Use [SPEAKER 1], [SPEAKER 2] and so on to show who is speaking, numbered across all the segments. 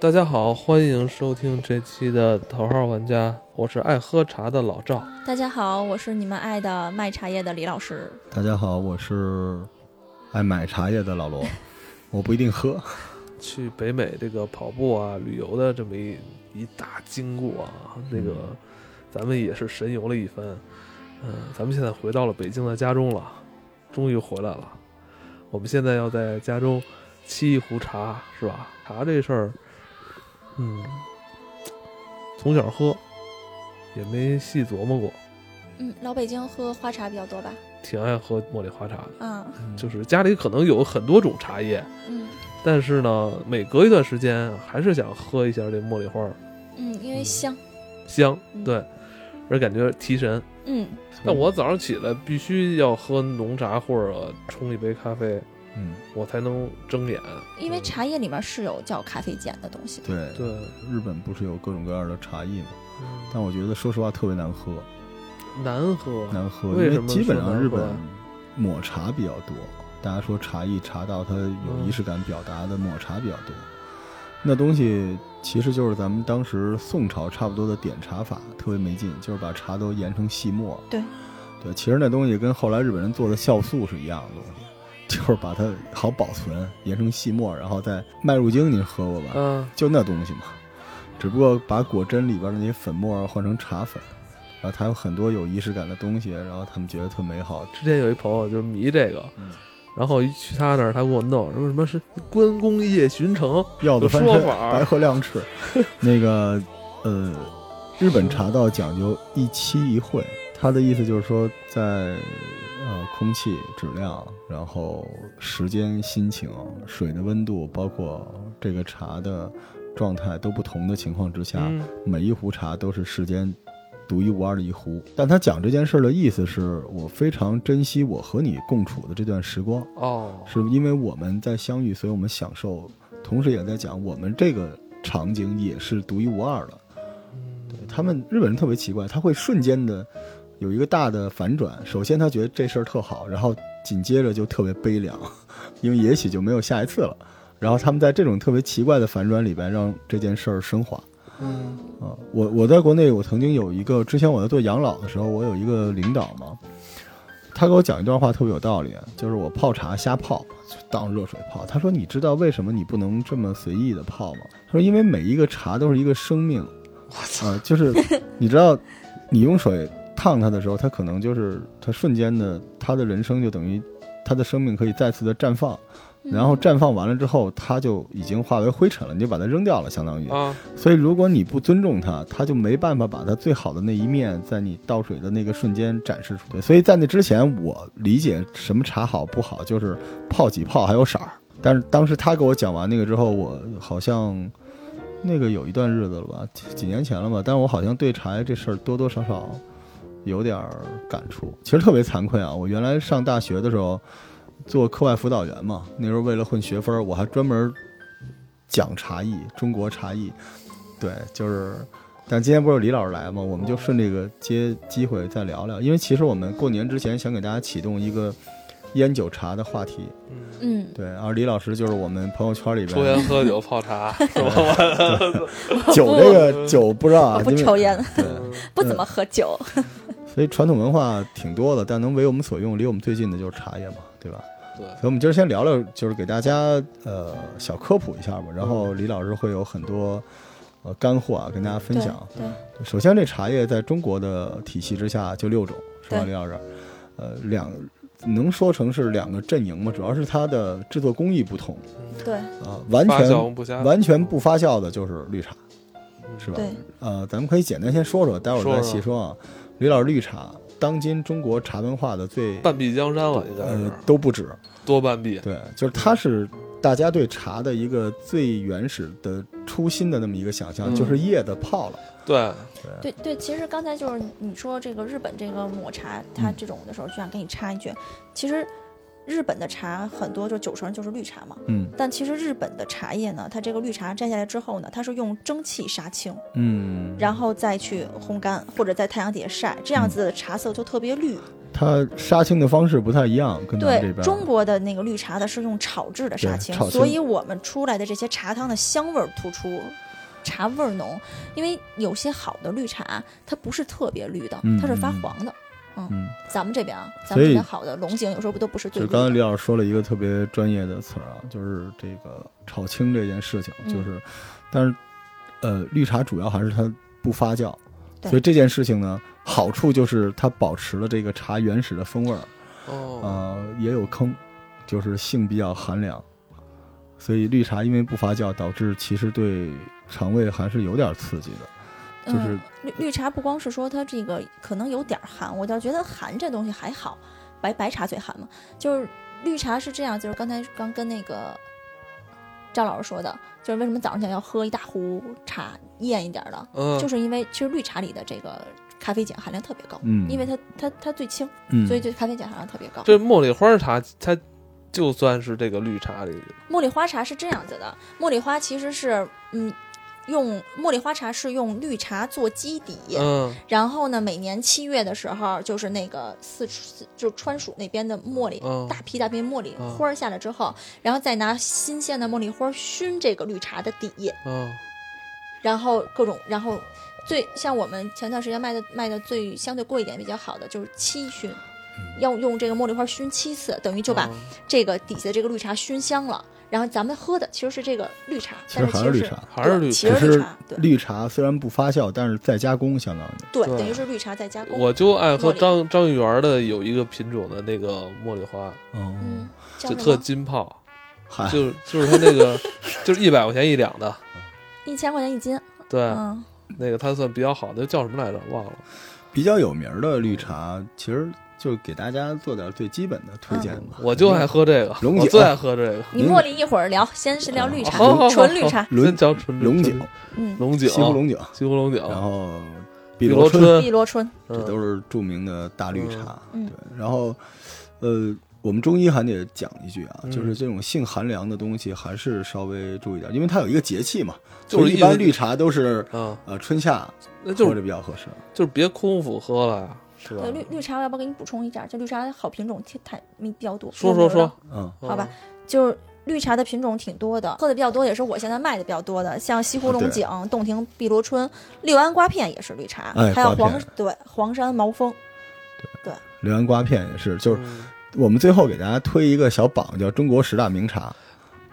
[SPEAKER 1] 大家好，欢迎收听这期的《头号玩家》，我是爱喝茶的老赵。
[SPEAKER 2] 大家好，我是你们爱的卖茶叶的李老师。
[SPEAKER 3] 大家好，我是爱买茶叶的 老罗，我不一定喝。
[SPEAKER 1] 去北美这个跑步啊、旅游的这么一一大经过啊，那个咱们也是神游了一番。嗯，咱们现在回到了北京的家中了，终于回来了。我们现在要在家中沏一壶茶，是吧？茶这事儿，嗯，从小喝也没细琢磨过，
[SPEAKER 2] 嗯，老北京喝花茶比较多吧？
[SPEAKER 1] 挺爱喝茉莉花茶的。
[SPEAKER 2] 嗯
[SPEAKER 1] 就是家里可能有很多种茶叶，
[SPEAKER 2] 嗯
[SPEAKER 1] 但是呢，每隔一段时间还是想喝一下这茉莉花儿
[SPEAKER 2] 嗯，因为香。
[SPEAKER 1] 香，
[SPEAKER 2] 嗯
[SPEAKER 1] 对，而感觉提神。
[SPEAKER 2] 嗯
[SPEAKER 1] 但我早上起来必须要喝浓茶或者冲一杯咖啡，
[SPEAKER 3] 嗯，
[SPEAKER 1] 我才能睁眼。
[SPEAKER 2] 因为
[SPEAKER 1] 嗯
[SPEAKER 2] 茶叶里面是有叫咖啡碱的东西的。
[SPEAKER 3] 对
[SPEAKER 1] 对，
[SPEAKER 3] 日本不是有各种各样的茶叶吗？
[SPEAKER 1] 嗯
[SPEAKER 3] 但我觉得说实话特别难喝，
[SPEAKER 1] 难喝。
[SPEAKER 3] 难喝，因
[SPEAKER 1] 为什么
[SPEAKER 3] 基本
[SPEAKER 1] 说
[SPEAKER 3] 上
[SPEAKER 1] 难
[SPEAKER 3] 日
[SPEAKER 1] 喝
[SPEAKER 3] 本
[SPEAKER 1] 呀
[SPEAKER 3] 抹茶比较多。大家说茶艺茶道，它有仪式感表达的抹茶比较多。那东西其实就是咱们当时宋朝差不多的点茶法，特别没劲，就是把茶都研成细末。
[SPEAKER 2] 对，
[SPEAKER 3] 对，其实那东西跟后来日本人做的酵素是一样的东西，就是把它好保存，研成细末，然后再麦乳精，您喝过吧？
[SPEAKER 1] 嗯，
[SPEAKER 3] 就那东西嘛，只不过把果珍里边的那些粉末换成茶粉，然后它有很多有仪式感的东西，然后他们觉得特美好。
[SPEAKER 1] 之前有一朋友就迷这个
[SPEAKER 3] 嗯，
[SPEAKER 1] 然后一去他那儿，他给我弄说什么是关公夜巡城，
[SPEAKER 3] 要的翻
[SPEAKER 1] 有
[SPEAKER 3] 身
[SPEAKER 1] 说法，儿
[SPEAKER 3] 白鹤 亮翅。那个呃，日本茶道讲究一期一会，它的意思就是说在呃空气质量，然后时间、心情、水的温度，包括这个茶的状态都不同的情况之下，
[SPEAKER 1] 嗯
[SPEAKER 3] 每一壶茶都是世间独一无二的一壶。但他讲这件事儿的意思是我非常珍惜我和你共处的这段时光，
[SPEAKER 1] 哦，
[SPEAKER 3] 是因为我们在相遇，所以我们享受，同时也在讲我们这个场景也是独一无二的。对他们日本人特别奇怪，他会瞬间的有一个大的反转。首先他觉得这事儿特好，然后紧接着就特别悲凉，因为也许就没有下一次了。然后他们在这种特别奇怪的反转里边，让这件事儿升华。
[SPEAKER 1] 嗯
[SPEAKER 3] 啊，我我在国内，我曾经有一个，之前我在做养老的时候，我有一个领导嘛，他给我讲一段话特别有道理，啊就是我泡茶瞎泡，就当热水泡。他说：“你知道为什么你不能这么随意的泡吗？”他说：“因为每一个茶都是一个生命，啊，就是你知道，你用水烫它的时候，它可能就是它瞬间的，它的人生就等于它的生命可以再次的绽放，
[SPEAKER 2] 嗯
[SPEAKER 3] 然后绽放完了之后，它就已经化为灰尘了，你就把它扔掉了，相当于。”
[SPEAKER 1] 啊，
[SPEAKER 3] 所以，如果你不尊重它，它就没办法把它最好的那一面，在你倒水的那个瞬间展示出来。所以在那之前，我理解什么茶好不好，就是泡几泡还有色儿。但是当时他给我讲完那个之后，我好像那个有一段日子了吧，几几年前了吧，但是我好像对茶叶这事儿多多少少有点儿感触。其实特别惭愧啊，我原来上大学的时候做课外辅导员嘛，那时候为了混学分儿，我还专门讲茶艺，中国茶艺。对，就是，但今天不是李老师来嘛，我们就顺这个接机会再聊聊，因为其实我们过年之前想给大家启动一个烟酒茶的话题。
[SPEAKER 1] 嗯
[SPEAKER 2] 嗯，
[SPEAKER 3] 对，而李老师就是我们朋友圈里边
[SPEAKER 1] 抽烟喝酒泡茶是吧？
[SPEAKER 3] 酒 这个酒不知道啊
[SPEAKER 2] 我，不
[SPEAKER 3] 因为
[SPEAKER 2] 抽烟，
[SPEAKER 3] 对，
[SPEAKER 1] 嗯
[SPEAKER 2] 嗯不怎么喝酒。
[SPEAKER 3] 所以传统文化挺多的，但能为我们所用，离我们最近的就是茶叶嘛，对吧？
[SPEAKER 1] 对
[SPEAKER 3] 所以我们今儿先聊聊，就是给大家呃小科普一下吧，然
[SPEAKER 1] 嗯
[SPEAKER 3] 后李老师会有很多呃干货啊跟大家分
[SPEAKER 2] 对
[SPEAKER 3] 享。
[SPEAKER 2] 对，
[SPEAKER 3] 首先，这茶叶在中国的体系之下就六种，是吧，
[SPEAKER 2] 对
[SPEAKER 3] 李老师？呃，两能说成是两个阵营吗？主要是它的制作工艺不同
[SPEAKER 2] 对
[SPEAKER 3] 啊、完
[SPEAKER 1] 发酵
[SPEAKER 3] 全
[SPEAKER 1] 不加
[SPEAKER 3] 完全不发酵的就是绿茶，是吧？
[SPEAKER 2] 对，
[SPEAKER 3] 呃，咱们可以简单先说说，待会儿
[SPEAKER 1] 说
[SPEAKER 3] 再
[SPEAKER 1] 说
[SPEAKER 3] 细说啊。李老师，绿茶当今中国茶文化的最
[SPEAKER 1] 半壁江山了，应该
[SPEAKER 3] 呃
[SPEAKER 1] 是
[SPEAKER 3] 都不止，
[SPEAKER 1] 多半壁。
[SPEAKER 3] 对，就是它是大家对茶的一个最原始的初心的那么一个想象，
[SPEAKER 1] 嗯
[SPEAKER 3] 就是叶子泡了，
[SPEAKER 1] 对，
[SPEAKER 2] 对对，其实刚才就是你说这个日本这个抹茶，它这种的时候，就想跟你插一句，其实日本的茶很多就九成就是绿茶嘛，
[SPEAKER 3] 嗯
[SPEAKER 2] 但其实日本的茶叶呢，它这个绿茶摘下来之后呢，它是用蒸汽杀青，
[SPEAKER 3] 嗯，嗯
[SPEAKER 2] 然后再去烘干或者在太阳底下晒，这样子的茶色就特别绿。
[SPEAKER 3] 它杀青的方式不太一样，跟咱们这
[SPEAKER 2] 对
[SPEAKER 3] 边
[SPEAKER 2] 中国的那个绿茶的是用炒制的
[SPEAKER 3] 对
[SPEAKER 2] 杀青
[SPEAKER 3] 炒，
[SPEAKER 2] 所
[SPEAKER 3] 青
[SPEAKER 2] 以我们出来的这些茶汤的香味儿突出，茶味儿浓。因为有些好的绿茶，它不是特别绿的
[SPEAKER 3] 嗯，
[SPEAKER 2] 它是发
[SPEAKER 3] 嗯嗯
[SPEAKER 2] 黄的。
[SPEAKER 3] 嗯，
[SPEAKER 2] 咱们这边啊，咱
[SPEAKER 3] 所
[SPEAKER 2] 们
[SPEAKER 3] 以
[SPEAKER 2] 这边好的龙井有时候不都不是
[SPEAKER 3] 就
[SPEAKER 2] 最
[SPEAKER 3] 是
[SPEAKER 2] 绿
[SPEAKER 3] 刚才
[SPEAKER 2] 的
[SPEAKER 3] 李老师说了一个特别专业的词儿啊，就是这个炒青这件事情，
[SPEAKER 2] 嗯
[SPEAKER 3] 就是，但是，呃，绿茶主要还是它不发酵，
[SPEAKER 2] 对
[SPEAKER 3] 所以这件事情呢，好处就是它保持了这个茶原始的风味儿，
[SPEAKER 2] 嗯
[SPEAKER 1] 哦，
[SPEAKER 3] 呃，也有坑，就是性比较寒凉，所以绿茶因为不发酵，导致其实对肠胃还是有点刺激的，就是
[SPEAKER 2] 嗯、绿绿茶不光是说它这个可能有点儿寒，我倒觉得寒这东西还好，白白茶最寒嘛。就是绿茶是这样，就是刚才刚跟那个赵老师说的，就是为什么早上起来要喝一大壶茶艳一点儿的，
[SPEAKER 1] 嗯，
[SPEAKER 2] 就是因为其实绿茶里的这个咖啡碱含量特别高，
[SPEAKER 3] 嗯，
[SPEAKER 2] 因为它它它最轻，
[SPEAKER 3] 嗯，
[SPEAKER 2] 所以这咖啡碱含量特别高。
[SPEAKER 1] 这茉莉花茶，它就算是这个绿茶里，
[SPEAKER 2] 茉莉花茶是这样子的，茉莉花其实是嗯。用茉莉花茶是用绿茶做基底，
[SPEAKER 1] 嗯
[SPEAKER 2] 然后呢，每年七月的时候，就是那个四川就川蜀那边的茉莉，
[SPEAKER 1] 嗯
[SPEAKER 2] 大批大批茉莉
[SPEAKER 1] 嗯
[SPEAKER 2] 花儿下来之后，然后再拿新鲜的茉莉花熏这个绿茶的底，
[SPEAKER 1] 嗯
[SPEAKER 2] 然后各种，然后最像我们前段时间卖的卖的最相对贵一点比较好的就是七熏。要用这个茉莉花熏七次，等于就把
[SPEAKER 1] 嗯
[SPEAKER 2] 这个底下这个绿茶熏香了。然后咱们喝的其实是这个绿茶，
[SPEAKER 3] 其实
[SPEAKER 2] 但是
[SPEAKER 3] 还
[SPEAKER 2] 其
[SPEAKER 3] 是
[SPEAKER 2] 实
[SPEAKER 3] 绿
[SPEAKER 2] 是
[SPEAKER 3] 茶。
[SPEAKER 1] 还是
[SPEAKER 2] 对
[SPEAKER 1] 绿
[SPEAKER 2] 其
[SPEAKER 1] 茶。
[SPEAKER 2] 实
[SPEAKER 3] 只
[SPEAKER 2] 绿
[SPEAKER 3] 是
[SPEAKER 2] 茶对
[SPEAKER 3] 绿茶虽然不发酵，但是再加工相当于
[SPEAKER 2] 对，
[SPEAKER 1] 对
[SPEAKER 2] 等于是绿茶再加工。
[SPEAKER 1] 我就爱喝
[SPEAKER 2] 茉莉
[SPEAKER 1] 张张玉园的有一个品种的那个茉莉花，
[SPEAKER 3] 哦，
[SPEAKER 2] 嗯，叫
[SPEAKER 1] 就
[SPEAKER 2] 什
[SPEAKER 1] 特
[SPEAKER 2] 么？
[SPEAKER 1] 金泡，
[SPEAKER 3] 嗨，
[SPEAKER 1] 就就是它那个就是一百块钱一两的，
[SPEAKER 2] 一千块钱一斤。
[SPEAKER 1] 对，
[SPEAKER 2] 嗯，
[SPEAKER 1] 那个它算比较好的，叫什么来着？忘了。
[SPEAKER 3] 比较有名儿的绿茶，其实就给大家做点最基本的推荐吧。
[SPEAKER 1] 嗯我就爱喝这个，
[SPEAKER 3] 龙井
[SPEAKER 1] 我最爱喝这个。
[SPEAKER 2] 你茉莉一会儿聊，先是聊绿茶，
[SPEAKER 1] 嗯好好好，
[SPEAKER 2] 纯绿茶
[SPEAKER 1] 好，
[SPEAKER 3] 龙
[SPEAKER 1] 先讲纯绿
[SPEAKER 3] 龙井、
[SPEAKER 2] 嗯，
[SPEAKER 1] 龙井、哦
[SPEAKER 3] 西湖龙井，
[SPEAKER 1] 西湖龙井，
[SPEAKER 3] 然后
[SPEAKER 1] 碧
[SPEAKER 3] 碧
[SPEAKER 1] 螺
[SPEAKER 3] 春，
[SPEAKER 2] 碧螺春，
[SPEAKER 3] 这
[SPEAKER 1] 是
[SPEAKER 3] 都是著名的大绿茶。
[SPEAKER 2] 嗯
[SPEAKER 3] 对，然后呃，我们中医还得讲一句啊，
[SPEAKER 1] 嗯
[SPEAKER 3] 就是这种性寒凉的东西还是稍微注意点，因为它有一个节气嘛，
[SPEAKER 1] 就是
[SPEAKER 3] 所以一般绿茶都是
[SPEAKER 1] 啊，
[SPEAKER 3] 呃春夏
[SPEAKER 1] 那就
[SPEAKER 3] 喝
[SPEAKER 1] 是
[SPEAKER 3] 着比较合适。
[SPEAKER 1] 就是别空腹喝了呀，是吧
[SPEAKER 2] 对？呃绿绿茶，要不要给你补充一点？这绿茶好品种太太比较多，
[SPEAKER 1] 说说
[SPEAKER 2] 有名儿
[SPEAKER 1] 说
[SPEAKER 2] 的，，
[SPEAKER 3] 嗯，
[SPEAKER 2] 好吧就是。绿茶的品种挺多的，喝的比较多也是我现在卖的比较多的，像西湖龙井、
[SPEAKER 1] 啊
[SPEAKER 2] 洞庭碧螺春、六安瓜片也是绿茶，
[SPEAKER 3] 哎
[SPEAKER 2] 还有
[SPEAKER 3] 瓜
[SPEAKER 2] 黄
[SPEAKER 3] 片
[SPEAKER 2] 对黄山毛峰，
[SPEAKER 3] 榴莲瓜片也是，就是
[SPEAKER 1] 嗯
[SPEAKER 3] 我们最后给大家推一个小榜，叫中国十大名茶，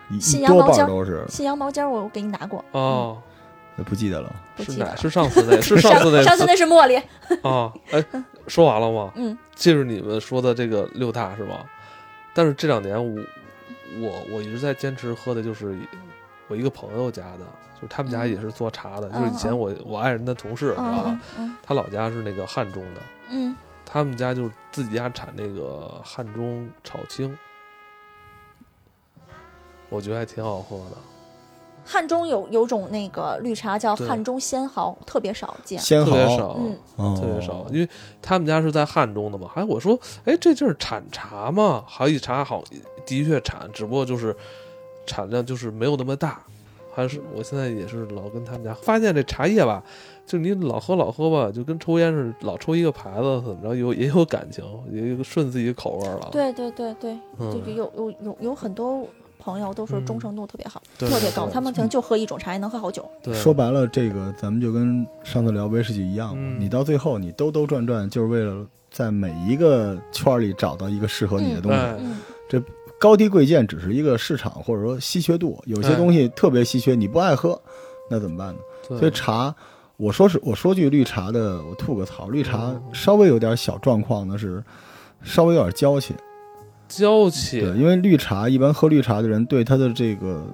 [SPEAKER 3] 一
[SPEAKER 2] 信
[SPEAKER 3] 一
[SPEAKER 2] 阳
[SPEAKER 3] 多
[SPEAKER 2] 王
[SPEAKER 3] 半
[SPEAKER 2] 家
[SPEAKER 3] 儿都是，
[SPEAKER 2] 信阳毛尖儿我给你拿过，
[SPEAKER 1] 哦，
[SPEAKER 3] 不记得了。
[SPEAKER 2] 嗯不
[SPEAKER 1] 是
[SPEAKER 2] 记得
[SPEAKER 1] 哪？
[SPEAKER 2] 了。
[SPEAKER 1] 是上次那，是上次那，
[SPEAKER 2] 上次那嗯是茉莉，
[SPEAKER 1] 啊，哎，说完了吗？
[SPEAKER 2] 嗯，
[SPEAKER 1] 就是你们说的这个六大是吧？但是这两年我我我一直在坚持喝的就是我一个朋友家的，就是他们家
[SPEAKER 2] 嗯
[SPEAKER 1] 也是做茶的，
[SPEAKER 2] 嗯
[SPEAKER 1] 就是以前我我爱人的啊同事，知道吧
[SPEAKER 2] 嗯？嗯
[SPEAKER 1] 他老家是那个汉中的，
[SPEAKER 2] 嗯
[SPEAKER 1] 他们家就是自己家产那个汉中炒青，我觉得还挺好喝的。
[SPEAKER 2] 嗯，汉中有有种那个绿茶叫
[SPEAKER 1] 对
[SPEAKER 2] 汉中仙毫，特别少见，
[SPEAKER 3] 仙
[SPEAKER 1] 特
[SPEAKER 3] 毫，
[SPEAKER 1] 别少，
[SPEAKER 2] 嗯，
[SPEAKER 3] 哦
[SPEAKER 1] 特别少，因为他们家是在汉中的嘛。还我说，哎，这地儿产茶嘛，好一查好，的确产，只不过就是产量就是没有那么大。还是我现在也是老跟他们家发现这茶叶吧，就你老喝老喝吧，就跟抽烟似的，老抽一个牌子，怎么着有也有感情，也有顺自己口味儿了。
[SPEAKER 2] 对对对对，
[SPEAKER 1] 嗯
[SPEAKER 2] 就是有有有有很多朋友都说忠诚度特别好，
[SPEAKER 1] 对
[SPEAKER 2] 特
[SPEAKER 1] 嗯
[SPEAKER 2] 别
[SPEAKER 1] 对
[SPEAKER 2] 高，
[SPEAKER 1] 对
[SPEAKER 2] 他们可能就喝一种茶也能喝好久。
[SPEAKER 1] 对，
[SPEAKER 3] 说白了，这个咱们就跟上次聊威士忌一样嘛，
[SPEAKER 1] 嗯
[SPEAKER 3] 你到最后你兜兜转转，就是为了在每一个圈儿里找到一个适合你的东西。
[SPEAKER 1] 哎，
[SPEAKER 2] 嗯，
[SPEAKER 3] 高低贵贱只是一个市场或者说稀缺度，有些
[SPEAKER 1] 哎
[SPEAKER 3] 东西特别稀缺，你不爱喝，那怎么办呢？
[SPEAKER 1] 对
[SPEAKER 3] 所以茶，我说是我说句绿茶的，我吐个槽，绿茶
[SPEAKER 1] 嗯
[SPEAKER 3] 稍微有点小状况的是，稍微有点娇气。
[SPEAKER 1] 娇气，
[SPEAKER 3] 对，因为绿茶一般喝绿茶的人对它的这个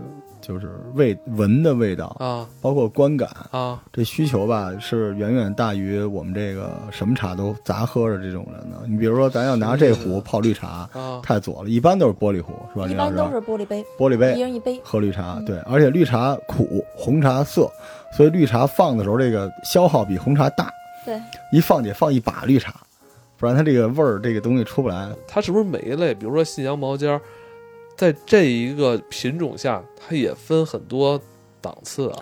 [SPEAKER 3] 就是味闻的味道，
[SPEAKER 1] 啊
[SPEAKER 3] 包括观感
[SPEAKER 1] 啊，
[SPEAKER 3] 这需求吧，是远远大于我们这个什么茶都杂喝着这种人的。你比如说，咱要拿这壶泡绿茶，
[SPEAKER 1] 啊，
[SPEAKER 3] 太左了，一般都是玻璃壶，是吧？
[SPEAKER 2] 一
[SPEAKER 3] 李老
[SPEAKER 2] 般都
[SPEAKER 3] 师
[SPEAKER 2] 是玻璃杯，
[SPEAKER 3] 玻璃
[SPEAKER 2] 一
[SPEAKER 3] 杯
[SPEAKER 2] 人一杯。
[SPEAKER 3] 喝绿茶，
[SPEAKER 2] 嗯
[SPEAKER 3] 对，而且绿茶苦，红茶涩，所以绿茶放的时候这个消耗比红茶大，
[SPEAKER 2] 对，
[SPEAKER 3] 一放得放一把绿茶，不然它这个味儿这个东西出不来。
[SPEAKER 1] 它是不是每一类，比如说信阳毛尖儿，在这一个品种下，它也分很多档次啊？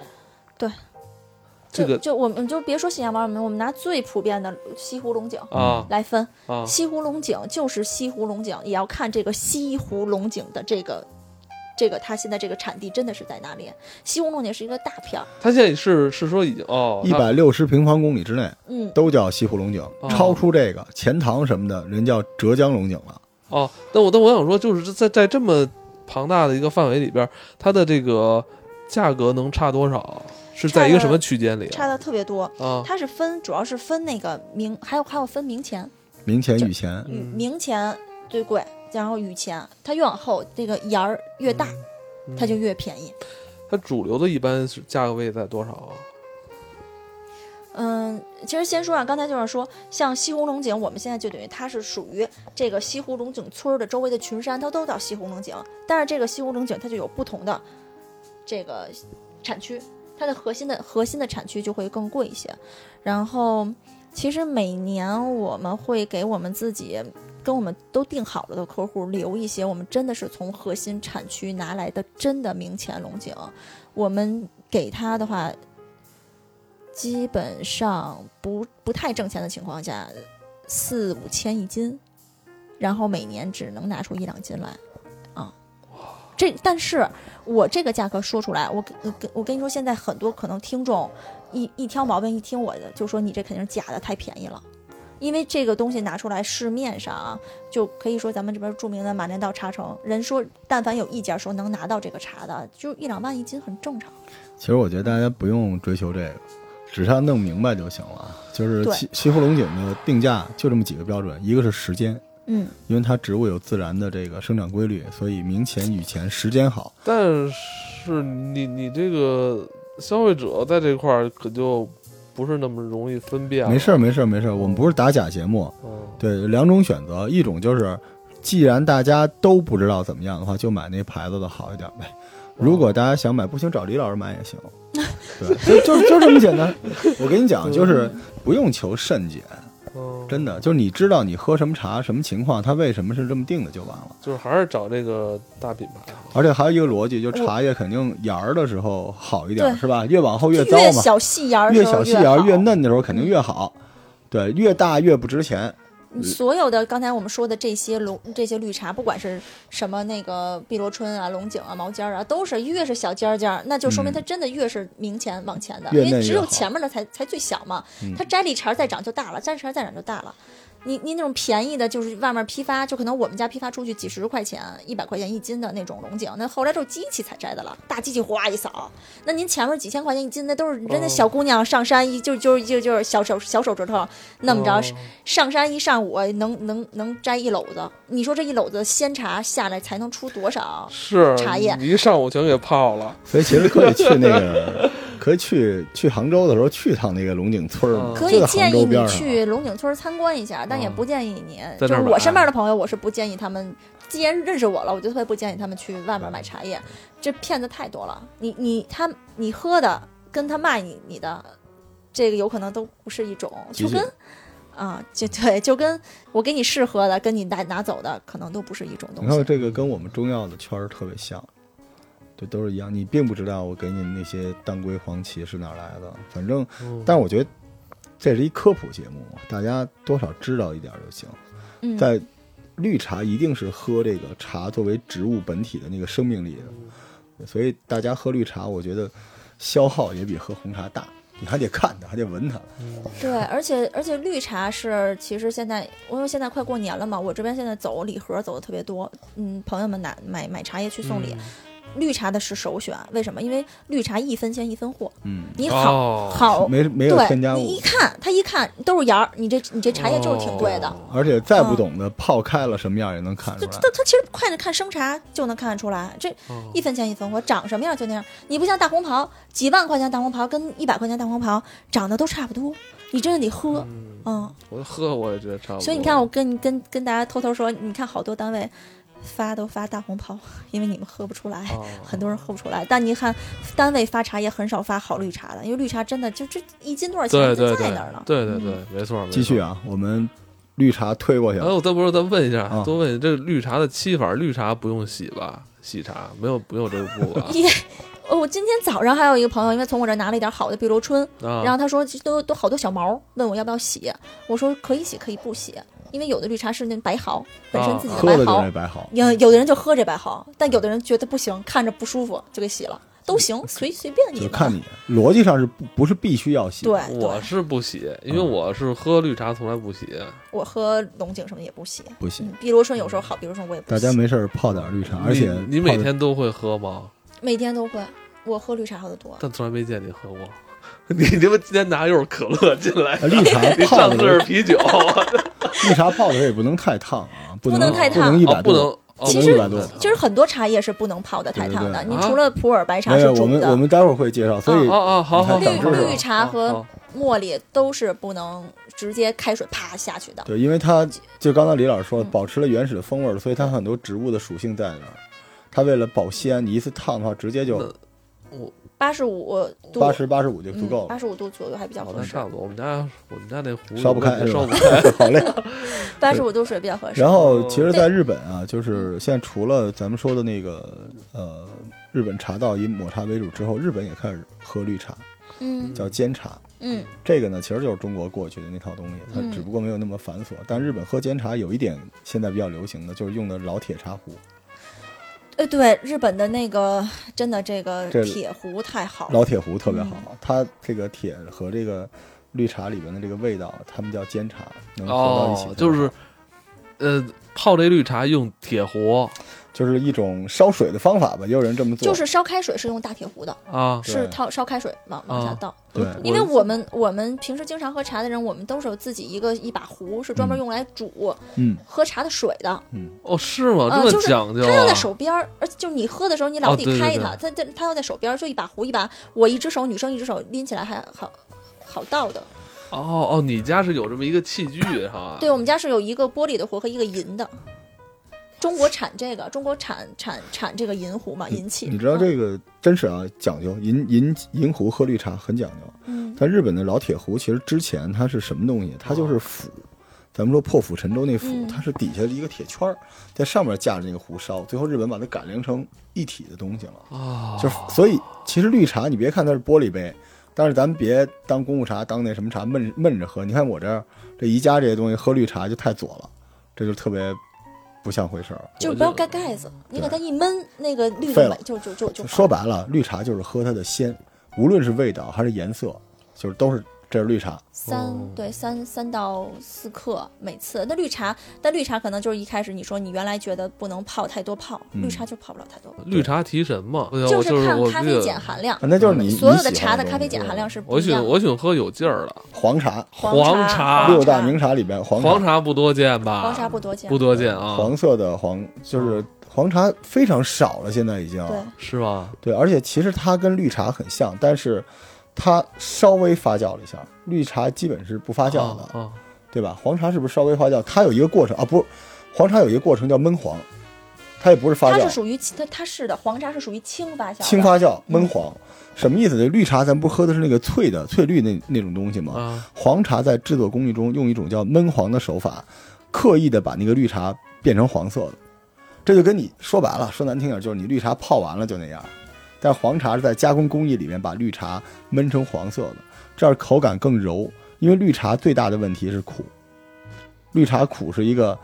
[SPEAKER 1] 这个
[SPEAKER 2] 就我们就别说新疆王们，我们拿最普遍的西湖龙井
[SPEAKER 1] 啊
[SPEAKER 2] 来分，
[SPEAKER 1] 啊，
[SPEAKER 2] 西湖龙井就是西湖龙井，也要看这个西湖龙井的这个。这个它现在这个产地真的是在哪里？西湖龙井是一个大片儿，
[SPEAKER 1] 他现在是是说已经哦，
[SPEAKER 3] 一百六十平方公里之内
[SPEAKER 2] 嗯，
[SPEAKER 3] 都叫西湖龙井，
[SPEAKER 1] 哦
[SPEAKER 3] 超出这个钱塘什么的，人叫浙江龙井了。
[SPEAKER 1] 他哦，那我那我想说，就是在在这么庞大的一个范围里边，它的这个价格能差多少？是在一个什么区间里
[SPEAKER 2] 差
[SPEAKER 1] 啊？
[SPEAKER 2] 的特别多。
[SPEAKER 1] 啊，
[SPEAKER 2] 它是分，主要是分那个明，还有还有分明前，
[SPEAKER 3] 明前雨前，
[SPEAKER 2] 嗯，
[SPEAKER 1] 嗯
[SPEAKER 2] 明前最贵，然后雨前，它越往后这个沿儿越大，
[SPEAKER 1] 嗯
[SPEAKER 2] 它就越便宜。
[SPEAKER 1] 它主流的一般是价位在多少啊？
[SPEAKER 2] 嗯，其实先说啊，刚才就是说，像西湖龙井，我们现在就等于它是属于这个西湖龙井村儿的周围的群山，它都叫西湖龙井。但是这个西湖龙井它就有不同的这个产区，它的核心的核心的产区就会更贵一些。然后，其实每年我们会给我们自己跟我们都定好了的客户留一些，我们真的是从核心产区拿来的真的明前龙井，我们给他的话，基本上不不太挣钱的情况下，四五千一斤，然后每年只能拿出一两斤来，啊，这但是我这个价格说出来，我跟我跟我跟你说，现在很多可能听众一一挑毛病，一听我的就说你这肯定是假的，太便宜了。因为这个东西拿出来市面上啊，就可以说咱们这边著名的马连道茶城，人说但凡有一家说能拿到这个茶的，就一两万一斤很正常。
[SPEAKER 3] 其实我觉得大家不用追求这个，只是要弄明白就行了啊。就是
[SPEAKER 2] 对
[SPEAKER 3] 西西湖龙井的定价就这么几个标准，一个是时间，
[SPEAKER 2] 嗯，
[SPEAKER 3] 因为它植物有自然的这个生长规律，所以明前雨前时间好。
[SPEAKER 1] 但是你你这个消费者在这块儿可就不是那么容易分辨了。
[SPEAKER 3] 没事儿，没事儿，没事儿，我们不是打假节目，
[SPEAKER 1] 嗯，
[SPEAKER 3] 对，两种选择，一种就是，既然大家都不知道怎么样的话，就买那牌子的好一点呗。如果大家想买，不行找李老师买 也行。对，就就就这么简单。我跟你讲，就是不用求甚解，
[SPEAKER 1] 嗯
[SPEAKER 3] 真的，就是你知道你喝什么茶、什么情况，它为什么是这么定的就完了。
[SPEAKER 1] 就是还是找这个大品牌。
[SPEAKER 3] 而且还有一个逻辑，就茶叶肯定芽儿的时候好一点，
[SPEAKER 2] 对
[SPEAKER 3] 是吧？越往后
[SPEAKER 2] 就
[SPEAKER 3] 越糟嘛，
[SPEAKER 2] 小细芽儿的
[SPEAKER 3] 越
[SPEAKER 2] 时候
[SPEAKER 3] 小细芽儿
[SPEAKER 2] 好
[SPEAKER 3] 越。嫩的时候肯定越好，对，越大越不 值钱。
[SPEAKER 2] 嗯所有的刚才我们说的这些龙这些绿茶，不管是什么那个碧螺春啊、龙井啊、毛尖儿啊，都是越是小尖儿尖儿，那就说明
[SPEAKER 3] 嗯
[SPEAKER 2] 它真的越是明前往前的，
[SPEAKER 3] 越
[SPEAKER 2] 因
[SPEAKER 3] 嫩
[SPEAKER 2] 为
[SPEAKER 3] 越
[SPEAKER 2] 只有
[SPEAKER 3] 好
[SPEAKER 2] 前面的才才最小嘛。
[SPEAKER 3] 嗯
[SPEAKER 2] 它摘了一茬儿再长就大了，摘了一茬儿再长就大了。你你那种便宜的，就是外面批发，就可能我们家批发出去几十块钱、一百块钱一斤的那种龙井，那后来都是机器采摘的了，大机器哗一扫。那您前面几千块钱一斤，那都是人家
[SPEAKER 1] 哦
[SPEAKER 2] 小姑娘上山一就就就就是小手小手指头那么着、
[SPEAKER 1] 哦
[SPEAKER 2] 上山一上午哎能能能摘一篓子，你说这一篓子鲜茶下来才能出多少？
[SPEAKER 1] 是
[SPEAKER 2] 茶叶
[SPEAKER 1] 你一上午全给泡了。
[SPEAKER 3] 所以其实可以去那个，可以去去杭州的时候去趟那个龙井村儿，
[SPEAKER 1] 嗯
[SPEAKER 2] 可
[SPEAKER 3] 就
[SPEAKER 2] 以
[SPEAKER 3] 在杭
[SPEAKER 2] 建议
[SPEAKER 3] 州边
[SPEAKER 2] 你
[SPEAKER 3] 儿啊上。
[SPEAKER 2] 去龙井村参观一下，但也不建议你。
[SPEAKER 1] 在
[SPEAKER 2] 就
[SPEAKER 1] 那
[SPEAKER 2] 是
[SPEAKER 1] 儿
[SPEAKER 2] 我
[SPEAKER 1] 买啊
[SPEAKER 2] 身边的朋友，我是不建议他们。既然认识我了，我就特别不建议他们去外面买茶叶，这骗子太多了。你你他你喝的跟他卖你你的，这个有可能都不是一种，
[SPEAKER 3] 极
[SPEAKER 2] 就
[SPEAKER 3] 品
[SPEAKER 2] 跟啊就对，就跟我给你试喝的，跟你拿拿走的可能都不是一种东
[SPEAKER 3] 你
[SPEAKER 2] 西
[SPEAKER 3] 看。这个跟我们中药的圈儿特别像，对，都是一样。你并不知道我给你那些当归、黄芪是哪儿来的，反正，
[SPEAKER 1] 嗯
[SPEAKER 3] 但我觉得这是一科普节目，大家多少知道一点儿就行。
[SPEAKER 2] 嗯，
[SPEAKER 3] 在绿茶一定是喝这个茶作为植物本体的那个生命力的，所以大家喝绿茶，我觉得消耗也比喝红茶大，你还得看它，还得闻它。
[SPEAKER 2] 对，而且而且绿茶是，其实现在因为现在快过年了嘛，我这边现在走礼盒走的特别多，嗯，朋友们拿买买茶叶去送
[SPEAKER 3] 嗯
[SPEAKER 2] 礼，绿茶的是首选，为什么？因为绿茶一分钱一分货，
[SPEAKER 3] 嗯，
[SPEAKER 2] 你好、
[SPEAKER 1] 哦，
[SPEAKER 2] 好，
[SPEAKER 3] 没没有添加
[SPEAKER 2] 对，你
[SPEAKER 3] 物
[SPEAKER 2] 一，看他一看都是芽儿，你这你这茶叶就是挺贵的。
[SPEAKER 1] 哦
[SPEAKER 3] 而且再不懂的泡开了什么样也能看出
[SPEAKER 2] 就
[SPEAKER 3] 来
[SPEAKER 2] 它。它其实快的看生茶就能看得出来，这
[SPEAKER 1] 哦
[SPEAKER 2] 一分钱一分货，长什么样就那样。你不像大红袍，几万块钱大红袍跟一百块钱大红袍长得都差不多，你真的得喝，
[SPEAKER 1] 嗯
[SPEAKER 2] 嗯
[SPEAKER 1] 我喝我也觉得差不多。
[SPEAKER 2] 所以你看，我跟跟跟大家偷偷说，你看好多单位发都发大红袍，因为你们喝不出来，
[SPEAKER 1] 哦
[SPEAKER 2] 很多人喝不出来。但你看，单位发茶叶很少发好绿茶的，因为绿茶真的就这一斤多少钱
[SPEAKER 1] 对对对
[SPEAKER 2] 就在那儿 了。
[SPEAKER 1] 对对对，没错。没
[SPEAKER 3] 继续
[SPEAKER 1] 错。
[SPEAKER 3] 啊，我们绿茶推过去
[SPEAKER 1] 然
[SPEAKER 2] 哦
[SPEAKER 3] 了，
[SPEAKER 1] 后咱不是咱问一下
[SPEAKER 3] 啊，
[SPEAKER 1] 多问一下这绿茶的沏法，绿茶不用洗吧？洗茶没有没有这个步吧？
[SPEAKER 2] 一哦，我今天早上还有一个朋友，因为从我这儿拿了一点好的碧螺春，
[SPEAKER 1] 啊，
[SPEAKER 2] 然后他说其实都都好多小毛，问我要不要洗，我说可以洗可以不洗，因为有的绿茶是那白毫本身自己的
[SPEAKER 3] 喝
[SPEAKER 2] 白
[SPEAKER 3] 了就
[SPEAKER 2] 毫，
[SPEAKER 3] 那白毫。
[SPEAKER 2] 有有的人就喝这白毫，但有的人觉得不行，看着不舒服就给洗了，都
[SPEAKER 1] 嗯
[SPEAKER 2] 行，随随便你
[SPEAKER 3] 就
[SPEAKER 2] 吧。
[SPEAKER 3] 是看你逻辑上是不不是必须要洗？
[SPEAKER 2] 对，，
[SPEAKER 1] 我
[SPEAKER 2] 对，
[SPEAKER 1] 是不洗，因为
[SPEAKER 3] 嗯
[SPEAKER 1] 我是喝绿茶从来不洗。
[SPEAKER 2] 我喝龙井什么的也不洗，
[SPEAKER 3] 不洗
[SPEAKER 2] 嗯。碧螺春有时候好，碧螺春我也不
[SPEAKER 3] 大
[SPEAKER 2] 洗，
[SPEAKER 3] 家没事儿泡点绿茶，而且
[SPEAKER 1] 你你
[SPEAKER 3] 泡
[SPEAKER 1] 每
[SPEAKER 3] 的
[SPEAKER 1] 天都会喝吗？
[SPEAKER 2] 每天都会，我喝绿茶喝的多，
[SPEAKER 1] 但从来没见你喝过。 你他妈今天拿一会儿可乐进来，
[SPEAKER 3] 呃绿茶
[SPEAKER 1] 你
[SPEAKER 3] 泡
[SPEAKER 1] 上次
[SPEAKER 3] 的
[SPEAKER 1] 是啤酒，
[SPEAKER 3] 绿茶泡的也不能太烫啊，不
[SPEAKER 2] 不
[SPEAKER 3] 能
[SPEAKER 2] 能太
[SPEAKER 3] 不
[SPEAKER 2] 烫
[SPEAKER 3] 能一百
[SPEAKER 1] 哦不
[SPEAKER 3] 度。
[SPEAKER 1] 能，哦
[SPEAKER 2] 其
[SPEAKER 1] 不
[SPEAKER 2] 实
[SPEAKER 1] 能
[SPEAKER 3] 100度
[SPEAKER 2] 其实很多茶叶是不能泡的太烫的，
[SPEAKER 3] 对对啊
[SPEAKER 1] 对
[SPEAKER 2] 你除了普洱白茶
[SPEAKER 3] 没
[SPEAKER 2] 是
[SPEAKER 3] 有，我
[SPEAKER 2] 煮
[SPEAKER 3] 们
[SPEAKER 2] 的
[SPEAKER 3] 我，们待会儿会介绍，所以
[SPEAKER 1] 哦哦，好好，
[SPEAKER 3] 你看
[SPEAKER 1] 好
[SPEAKER 3] 长知识了
[SPEAKER 2] 绿绿茶和
[SPEAKER 1] 好好
[SPEAKER 2] 茉莉都是不能直接开水啪下去的。
[SPEAKER 3] 对，因为它就刚才李老师说，
[SPEAKER 2] 嗯
[SPEAKER 3] 保持了原始的风味儿，所以它很多植物的属性在那儿。它为了保鲜，你一次烫的话，直接
[SPEAKER 1] 嗯
[SPEAKER 3] 就
[SPEAKER 2] 八十五度，嗯
[SPEAKER 3] 八十八十五就足够
[SPEAKER 2] 八
[SPEAKER 3] 了，
[SPEAKER 2] 十五度左右还比较
[SPEAKER 1] 好
[SPEAKER 2] 合
[SPEAKER 1] 那
[SPEAKER 2] 适，
[SPEAKER 1] 差不多。我们家我们家那壶
[SPEAKER 3] 烧不开是
[SPEAKER 1] 烧
[SPEAKER 3] 吧
[SPEAKER 1] 不 开。？
[SPEAKER 2] 嗯
[SPEAKER 3] 好嘞。
[SPEAKER 2] 八十五度水比较合适。
[SPEAKER 3] 然后，其实，在日本啊，就是现在除了咱们说的那个呃，日本茶道以抹茶为主之后，日本也开始喝绿茶，
[SPEAKER 2] 嗯
[SPEAKER 3] 叫煎茶。
[SPEAKER 2] 嗯
[SPEAKER 3] 这个呢，其实就是中国过去的那套东西，它
[SPEAKER 2] 嗯
[SPEAKER 3] 只不过没有那么繁琐。但日本喝煎茶有一点现在比较流行的，就是用的老铁茶壶，
[SPEAKER 2] 呃，对，日本的那个真的这个
[SPEAKER 3] 这
[SPEAKER 2] 铁壶太好了，
[SPEAKER 3] 老铁壶特别
[SPEAKER 2] 嗯
[SPEAKER 3] 好。它这个铁和这个绿茶里边的这个味道，他们叫煎茶，能合到一起特别
[SPEAKER 1] 哦
[SPEAKER 3] 好，，
[SPEAKER 1] 就是呃，泡这绿茶用铁壶
[SPEAKER 3] 就是一种烧水的方法吧，也有人这么做。
[SPEAKER 2] 就是烧开水是用大铁壶的，
[SPEAKER 1] 啊，
[SPEAKER 3] 对
[SPEAKER 2] 是烧烧开水往往
[SPEAKER 1] 哦
[SPEAKER 2] 下倒。
[SPEAKER 3] 对
[SPEAKER 2] 因为我们我们平时经常喝茶的人，我们都是有自己一个一把壶，是专门用来煮
[SPEAKER 3] 嗯
[SPEAKER 2] 喝茶的水的。
[SPEAKER 3] 嗯，
[SPEAKER 1] 哦是吗？
[SPEAKER 2] 啊
[SPEAKER 1] 这么
[SPEAKER 2] 就是
[SPEAKER 1] 讲究
[SPEAKER 2] 它要
[SPEAKER 1] 啊
[SPEAKER 2] 在？手边儿，而且就是你喝的时候，你老
[SPEAKER 1] 哦
[SPEAKER 2] 得
[SPEAKER 1] 对对
[SPEAKER 2] 开
[SPEAKER 1] 对
[SPEAKER 2] 它，它它它要在手边儿，就一把壶一把，我一只手，女生一只手拎起来还好好倒的。
[SPEAKER 1] 哦哦，你家是有这么一个器具哈？
[SPEAKER 2] 对，我们家是有一个玻璃的壶和一个银的。中国产这个，中国产产产这个银壶嘛，银器。
[SPEAKER 3] 你知道这个真是啊，讲究银银银壶喝绿茶很讲究。
[SPEAKER 2] 嗯？
[SPEAKER 3] 但日本的老铁壶其实之前它是什么东西？它就是釜，咱们说破釜沉舟那釜
[SPEAKER 2] 嗯，
[SPEAKER 3] 它是底下一个铁圈儿，在上面架着那个壶烧，最后日本把它改良成一体的东西了。
[SPEAKER 1] 啊，
[SPEAKER 3] 就是所以其实绿茶你别看它是玻璃杯，但是咱别当功夫茶当那什么茶闷闷着喝。你看我这儿这宜家这些东西喝绿茶就太左了，这就特别不像回事儿。
[SPEAKER 2] 嗯，就是
[SPEAKER 1] 我
[SPEAKER 2] 不要
[SPEAKER 1] 就
[SPEAKER 2] 盖盖子，你给它一闷，那个绿
[SPEAKER 3] 废
[SPEAKER 2] 的
[SPEAKER 3] 了
[SPEAKER 2] 美就就就就
[SPEAKER 3] 说
[SPEAKER 2] 吧，
[SPEAKER 3] 白了，绿茶就是喝它的鲜，无论是味道还是颜色，就是都是这是绿茶。啊
[SPEAKER 2] 三
[SPEAKER 1] 哦
[SPEAKER 2] 对三三到四克每次。那绿茶，但绿茶可能就是一开始你说你原来觉得不能泡太多泡，
[SPEAKER 3] 嗯呃
[SPEAKER 2] 绿茶就泡不了太多，
[SPEAKER 1] 绿茶提神嘛，对啊
[SPEAKER 2] 就
[SPEAKER 1] 我就是
[SPEAKER 2] 看
[SPEAKER 1] 我
[SPEAKER 2] 咖
[SPEAKER 1] 这
[SPEAKER 2] 啡
[SPEAKER 1] 个
[SPEAKER 2] 碱含量
[SPEAKER 3] 啊，那就是你
[SPEAKER 2] 嗯所
[SPEAKER 3] 你
[SPEAKER 2] 有的
[SPEAKER 3] 喜
[SPEAKER 2] 茶
[SPEAKER 3] 欢
[SPEAKER 2] 的
[SPEAKER 3] 东
[SPEAKER 2] 咖啡
[SPEAKER 3] 西
[SPEAKER 2] 碱含量是不
[SPEAKER 1] 我
[SPEAKER 2] 一
[SPEAKER 1] 喜
[SPEAKER 2] 样
[SPEAKER 1] 欢
[SPEAKER 2] 的。
[SPEAKER 1] 我喜欢喝有劲儿的，
[SPEAKER 3] 黄茶，
[SPEAKER 1] 黄茶
[SPEAKER 2] 茶，
[SPEAKER 3] 六大名茶里边黄
[SPEAKER 1] 黄茶不多见吧？
[SPEAKER 2] 黄茶不多见，
[SPEAKER 1] 不多见啊，
[SPEAKER 3] 黄色的黄就是黄茶非常少了，现在已经
[SPEAKER 2] 嗯对。
[SPEAKER 1] 是吧？
[SPEAKER 3] 对而且其实它跟绿茶很像，但是它稍微发酵了一下，绿茶基本是不发酵的，
[SPEAKER 1] 啊啊，
[SPEAKER 3] 对吧？黄茶是不是稍微发酵？它有一个过程啊，不是，黄茶有一个过程叫闷黄，它也不是发
[SPEAKER 2] 它是
[SPEAKER 3] 酵，
[SPEAKER 2] 属于它它是的，黄茶是属于轻发酵的，
[SPEAKER 3] 轻发酵闷黄，什么意思呢？绿茶咱不喝的是那个翠的翠绿那那种东西吗？
[SPEAKER 1] 啊
[SPEAKER 3] 黄茶在制作工艺中用一种叫焖黄的手法，刻意的把那个绿茶变成黄色的。这就跟你说白了，说难听点，就是你绿茶泡完了就那样。但黄茶是在加工工艺里面把绿茶焖成黄色的，这样口感更柔。因为绿茶最大的问题是苦，绿茶苦是一个，